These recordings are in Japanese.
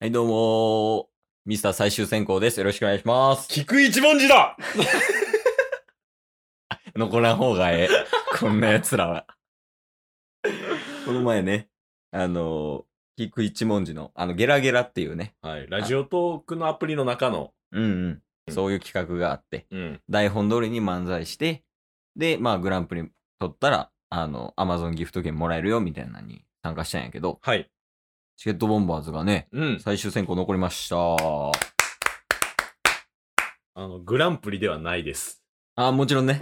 はい、どうもー。ミスター最終選考です。よろしくお願いします。菊一文字だ残らん方が ええ。こんな奴ら は。この前ね、あのー、キック一文字の、あの、ゲラゲラっていうね。はい。ラジオトークのアプリの中の、うんうん。そういう企画があって、うん。台本通りに漫才して、で、まあ、グランプリ取ったら、あの、アマゾンギフト券もらえるよ、みたいなのに参加したんやけど、はい。チケットボンバーズがね、うん。最終選考残りました。あの、グランプリではないです。あ、もちろん ね。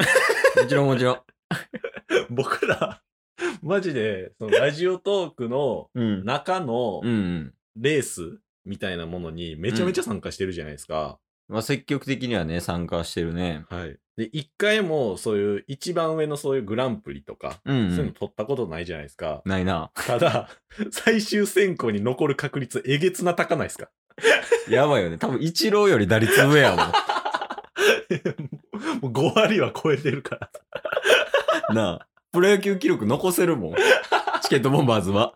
もちろんもちろん。 僕ら、マジで、そのラジオトークのうん。中のうんうん。レースみたいなものにめちゃめちゃ参加してるじゃないですか。まあ、積極的にはね、参加してるね。はい。で、一回もそういう一番上のそういうグランプリとか、うん、そうういうのん。取ったことないじゃないですか。ないな。ただ、最終選考に残る確率えげつな高ない ですかやばいよね。多分、イチローより打率上やももう5割は超えてるから。ん。 なあ。プロ野球記録残せる もん。チケットボンバーズは。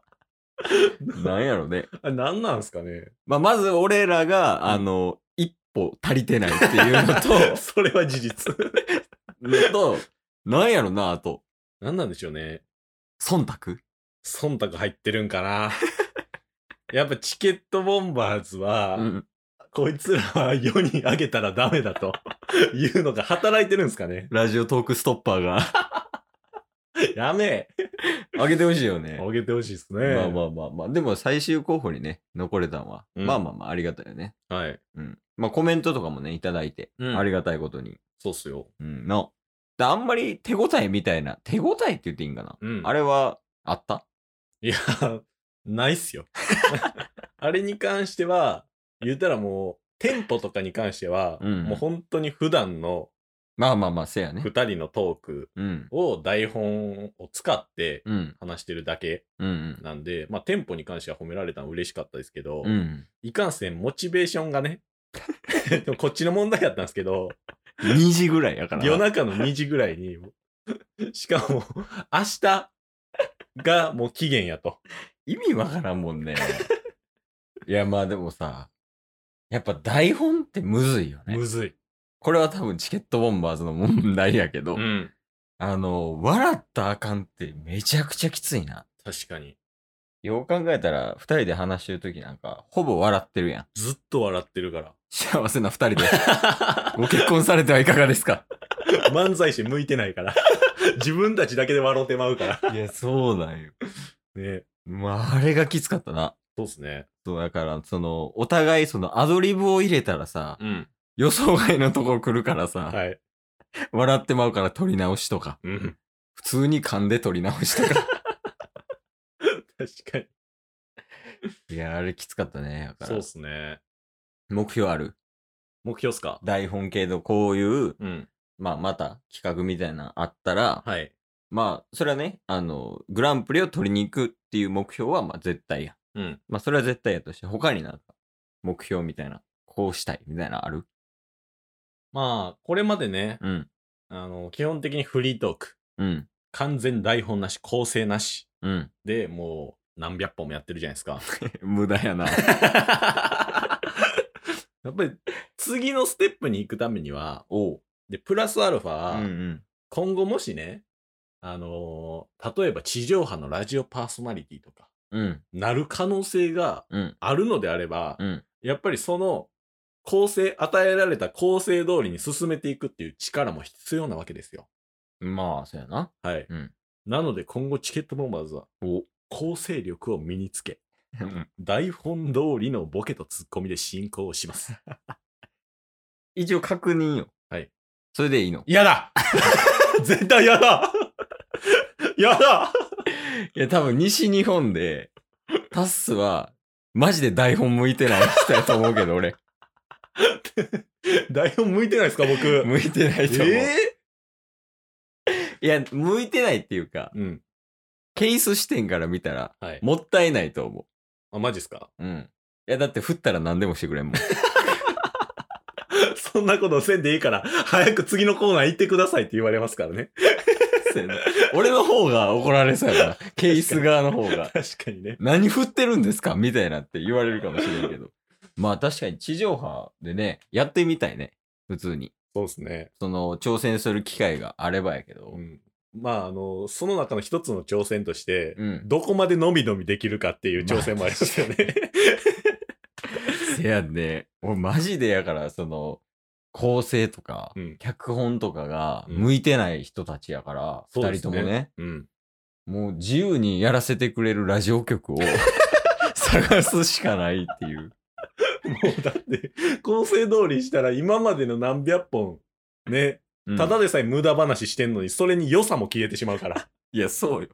なんやろね。あなんなんすかね、まあ、まず俺らが、あの、一歩足りてないっていうのと それは事実。のと、なんやろな、あと、なんなんでしょうね。忖度忖度入ってるんかな。 やっぱチケットボンバーズは、うん。こいつらは世にあげたらダメ だというのが働いてるんですかね。ラジオトークストッパーが。やめ上げてほしいよ え。ね。あげてほしいですね。まあまあまあまあ。でも、最終候補にね、残れたのは、うんまあまあまあ、ありがたいよね。あ。はい。うん。まあ、コメントとかもね、いただいて、うんありがたいことに。そうっすよ。うん、の。であんまり手応えみたいな、手応えって言っていいんかな、うん。あれれは、あったいや、ないっすよ。 あれに関しては、言ったらもう、テンポとかに関しては、うんもう本当に普段のまあまあまあ、せやね二。人のトークうん。を台本を使ってうん。話してるだけうん。なんで、まあ、テンポに関しては褒められたの嬉しかったですけど、うん。うん。いかんせんモチベーションが ね、でもこっちの問題やったんですけど、 2時ぐらいやからな。夜中の2時ぐらいに、しかも、明日がもう期限やと。意味わからんも んね。いや、まあでもさ、やっぱ台本ってむずいよね。ずい。これは多分チケットボンバーズの問題やけど、うん。あの、笑ったらあかんってめちゃくちゃきついな。確かに。よう考えたら、二人で話してるときなんか、ほぼ笑ってるやん。ずっと笑ってるから。幸せな二人でご結婚されてはいかがですか漫才師向いてない から。自分たちだけで笑うてまうから。いや、そうなんよ。ね。まあ、あれがきつかったな。そうっすね。そう、だから、その、お互いそのアドリブを入れたらさ、うん。予想外のとこ来るからさ、はい。笑ってまうから撮り直しとか、うん。普通に噛んで撮り直しとか。確かに。 いや、あれきつかったね。だかそうらっ、すね。目標ある。目標っすか台本系のこういう、うん。まあ、また企画みたいなのあったら、はい。まあ、それはね、あの、グランプリを取りに行くっていう目標は、まあ、絶対や。うん。まあ、それは絶対やとして、他になんか、目標みたいな、こうしたいみたいなのあるまあ、これまでね、うん。あの、基本的にフリートーク。うん。完全台本なし、構成なし。うん。 で、もう、何百本もやってるじゃないですか。無駄やな。 やっぱり、次のステップに行くためには、おう。で、プラスアル フうんァ、うん。今後もしね、あのー例えば地上波のラジオパーソナリティとか、うん。なる可能性がうん。あるのであれば、うん。やっぱりその構成、与えられた構成通りに進めていくっていう力も必要なわけですよ。まあ、そうやな。はい。うんなので今後チケットボンバーズはお。構成力を身につけ、うん台本通りのボケとツッコミで進行をします。一応確認よ。はい。それでいいの。 嫌だ 絶対嫌だ 嫌だいや、多分西日本で、タッスは、マジで台本向いてない人やと思うけど、俺。 台本向いてないですか僕。え向いてないと思う。えいや、向いてないっていうか、うん。ケース視点から見たら、はい。もったいないと思あ、マジっす かう。うん。いや、だって振ったら何でもしてくれんもん。 そんなことせんでいいから、早く次のコーナー行ってくださいって言われますからね。そうやな俺の方が怒られそうやな。ケース側の方が。 確かにね。何振ってるんですかみたいなって言われるかもしれんけど。まあ確かに地上波でね、やってみたいね。普通に。そうですね。その、挑戦する機会があればやけどう。ん。まあ、あの、その中の一つの挑戦として、うん。どこまでのびのびできるかっていう挑戦もありますよ ね。せやね。俺マジでやから、その、構成とか、うん脚本とかがうん向いてない人たちやから、そう二、です人ねともね、うん。もう自由にやらせてくれるラジオ局 を探すしかないっていう。もうだって、構成通りしたら今までの何百本、ね、うんただでさえ無駄話してんのに、それに良さも消えてしまう から。いや、そうよ。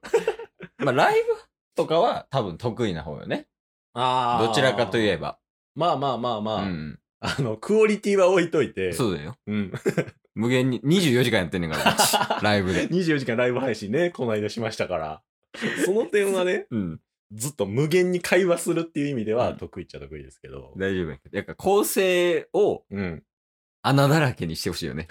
まあ、ライブとかは多分得意な方よね。あどちらかといえ。ば。まあまあまあまうあ、ん。あの、クオリティは置いといて、そうだよ。うん。 無限に24時間やってんねんから、こ っちライブで。 24時間ライブ配信ね、この間しましたから。その点 はね、うん。ずっと無限に会話するっていう意味でうはん得意っちゃ得意ですけど。大丈夫やけど。やっぱ構成をうん。穴だらけにしてほしいよね。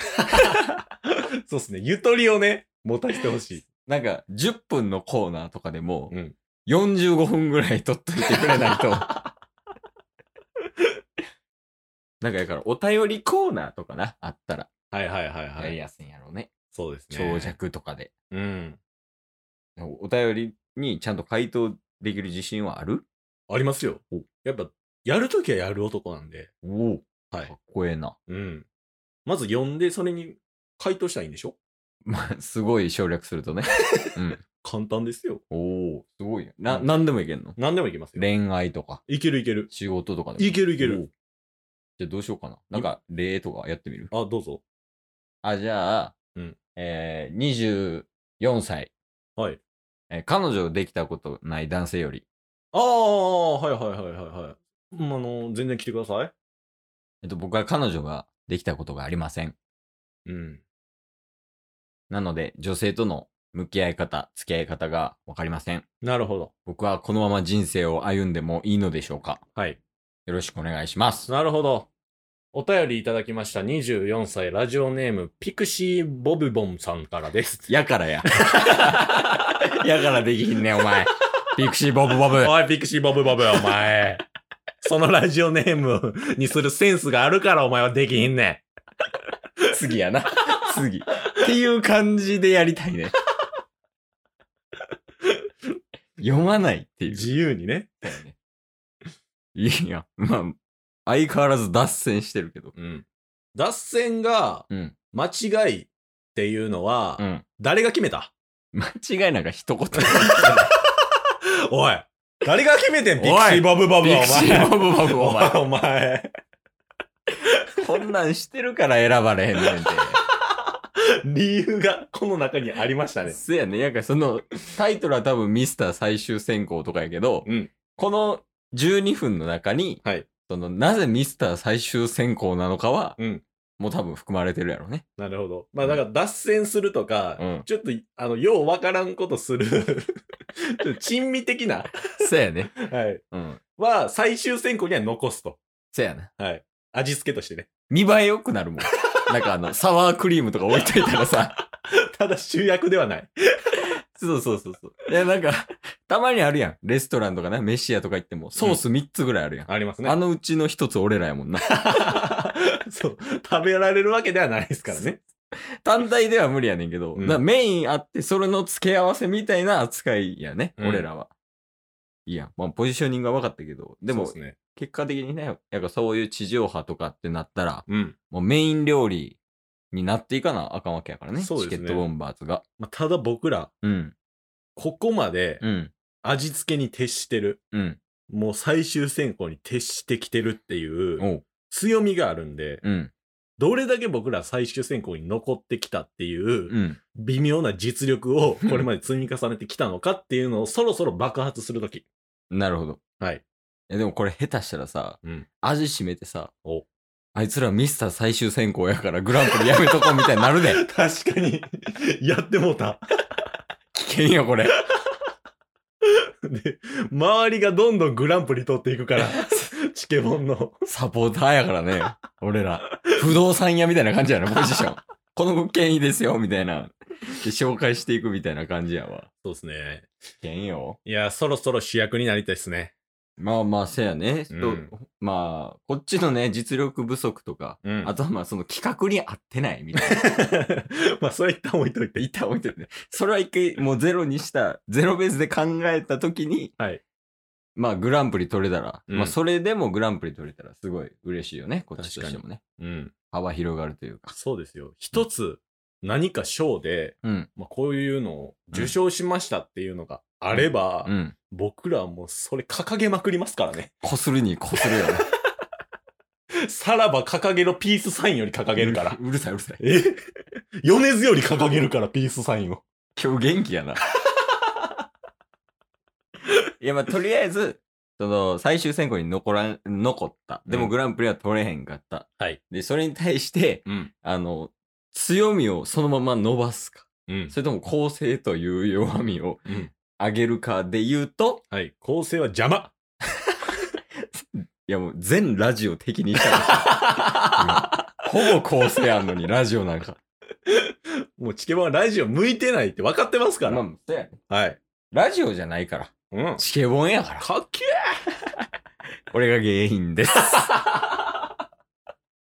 そうですね。ゆとりをね、持たせてほしい。なんか、10分のコーナーとかでも、うん45分ぐらい撮っといてくれ ないと。なんか、だから、お便りコーナーとかな、あったら、はいはいはいやはりい。やすいんやろうね。そうですね。長。尺とかで。うん。おお便りにちゃんと回答できる自信はあるありますよお。やっぱ、やるときはやる男なんで。おお。はいかっこええな。うん。まず読んで、それに回答したらいいんでしょまあ、すごい省略するとね。うん。簡単ですよ。おお、すごいね。な、うんなんでもいけんの何でもいけますよ。恋愛とか、いけるいける。仕事とかでもいけるいけおるう。じゃあどうしようかな。なんか、例とかやってみるあ、どうぞ。あ、じゃあ、うんえー、24歳。はい。えー彼女できたことない男性より、ああ、はいはいはいはいはい。うんあの、全然来てください。えっと、僕は彼女ができたことがありません。うん。なので、女性との向き合い方、付き合い方がわかりません。なるほど。僕はこのまま人生を歩んでもいいのでしょうかはい。よろしくお願いします。なるほど。お便りいただきました24歳ラジオネームピクシーボブボンさんからです。やからや。 やからできひんねん、お前。ピクシーボブボブ。 おい、ピクシーボブボブ、お 前。そのラジオネームにするセンスがあるからお前はできひんね次やな。次。っていう感じでやりたいね。読まないってん。いう。自由にね。いや、まあ、相変わらず脱線してるけど。うん。脱線がうん。間違いっていうのは、うん。誰が決めた間違いなんか一言。おい。誰が決めてん おいピクシーボブボブ、ビおクシ前ー。ボブボ ブ、お前。 お前。こんなんしてるから選ばれへんねん て。理由がこの中にありましたね。せやね。なんかその、タイトルは多分ミスター最終選考とかやけど、うんこの12分の中に、はいその、なぜミスター最終選考なのかは、うんもう多分含まれてるやろね。なるほど。まあだから脱線するとか、うんちょっと、あの、ようわからんことする、 ちょっと珍味的な、せやね。はい、うん。は最終選考には残すと。せやな。はい。味付けとしてね。見栄え良くなるもん。なんかあの、サワークリームとか置いといたらさ、ただ主役では ない。そうそうそう そう。いや、なんか、たまにあるやん。レストランとかな、飯屋とか行っても、ソース3つぐらいあるやん。ありますあのうちの1つ俺らやもんな。 そう。食べられるわけではないですからね。単体では無理やねんけど、うんなメインあって、それの付け合わせみたいな扱いやね、うん俺らは。いや、まあ、ポジショニングは分かったけど、でもそう、ですね。結果的にね、やっぱそういう地上波とかってなったら、うん。もうメイン料理になっていかなあかんわけやからね、そうですねチケットボンバーズが。まあ、ただ僕ら、うん、ここまでうん、味付けに徹してる。うん、もう最終選考に徹してきてるっていうおう、強みがあるんで、うん、どれだけ僕ら最終選考に残ってきたっていう、うん。微妙な実力をこれまで積み重ねてきたのかっていうの をそろそろ爆発するとき。なるほど。はい。いやでもこれ下手したらさ、うん味しめてさお、あいつらミスター最終選考やからグランプリやめとこうみたいになるで。 確かに、やってもうた。危険よ、これ。で、周りがどんどんグランプリ取っていくから、チケボンの。 サポーターやからね、 俺ら。不動産屋みたいな感じやな、ポジション。この物件いいですよ、みたいな。紹介していくみたいな感じやわ。そうですね。けんよ。いや、そろそろ主役になりたいですね。まあまあ、せやね。うんとまあ、こっちのね、実力不足とか、うんあとはまあ、その企画に合ってないみたいな。 まあ、そういった置いといて。一旦置いてね。それは一回、もうゼロにした、ゼロベースで考えたときに、はい。まあ、グランプリ取れたら、うんまあ、それでもグランプリ取れたら、すごい嬉しいよね、こっちとしてもね。うん。幅広がるというか。そうですよ。一つ、何か賞で、うん。まあ、こういうのを受賞しましたっていうのがあれば、うん。僕らはもうそれ掲げまくりますからね。 こするにこするよね。さらば掲げろピースサインより掲げるから。 うるさいうるさい。 え米津より掲げるからピースサインを。今日元気やな。 いや、まあ、とりあえず、その、最終選考に残らん、残った。でうもんグランプリは取れへんかった。はい。で、それに対して、うん。あの、強みをそのまま伸ばすか。うん。それとも構成という弱みを上げるかで言うと、はい。構成は邪魔。いやもう全ラジオ的に したんですよ今ほぼ構成あんのに、ラジオなんか。もうチケボンはラジオ向いてないって分かってますから。まあそうやねはい。ラジオじゃないから。うん。チケボンやから。かっけ俺が原因です。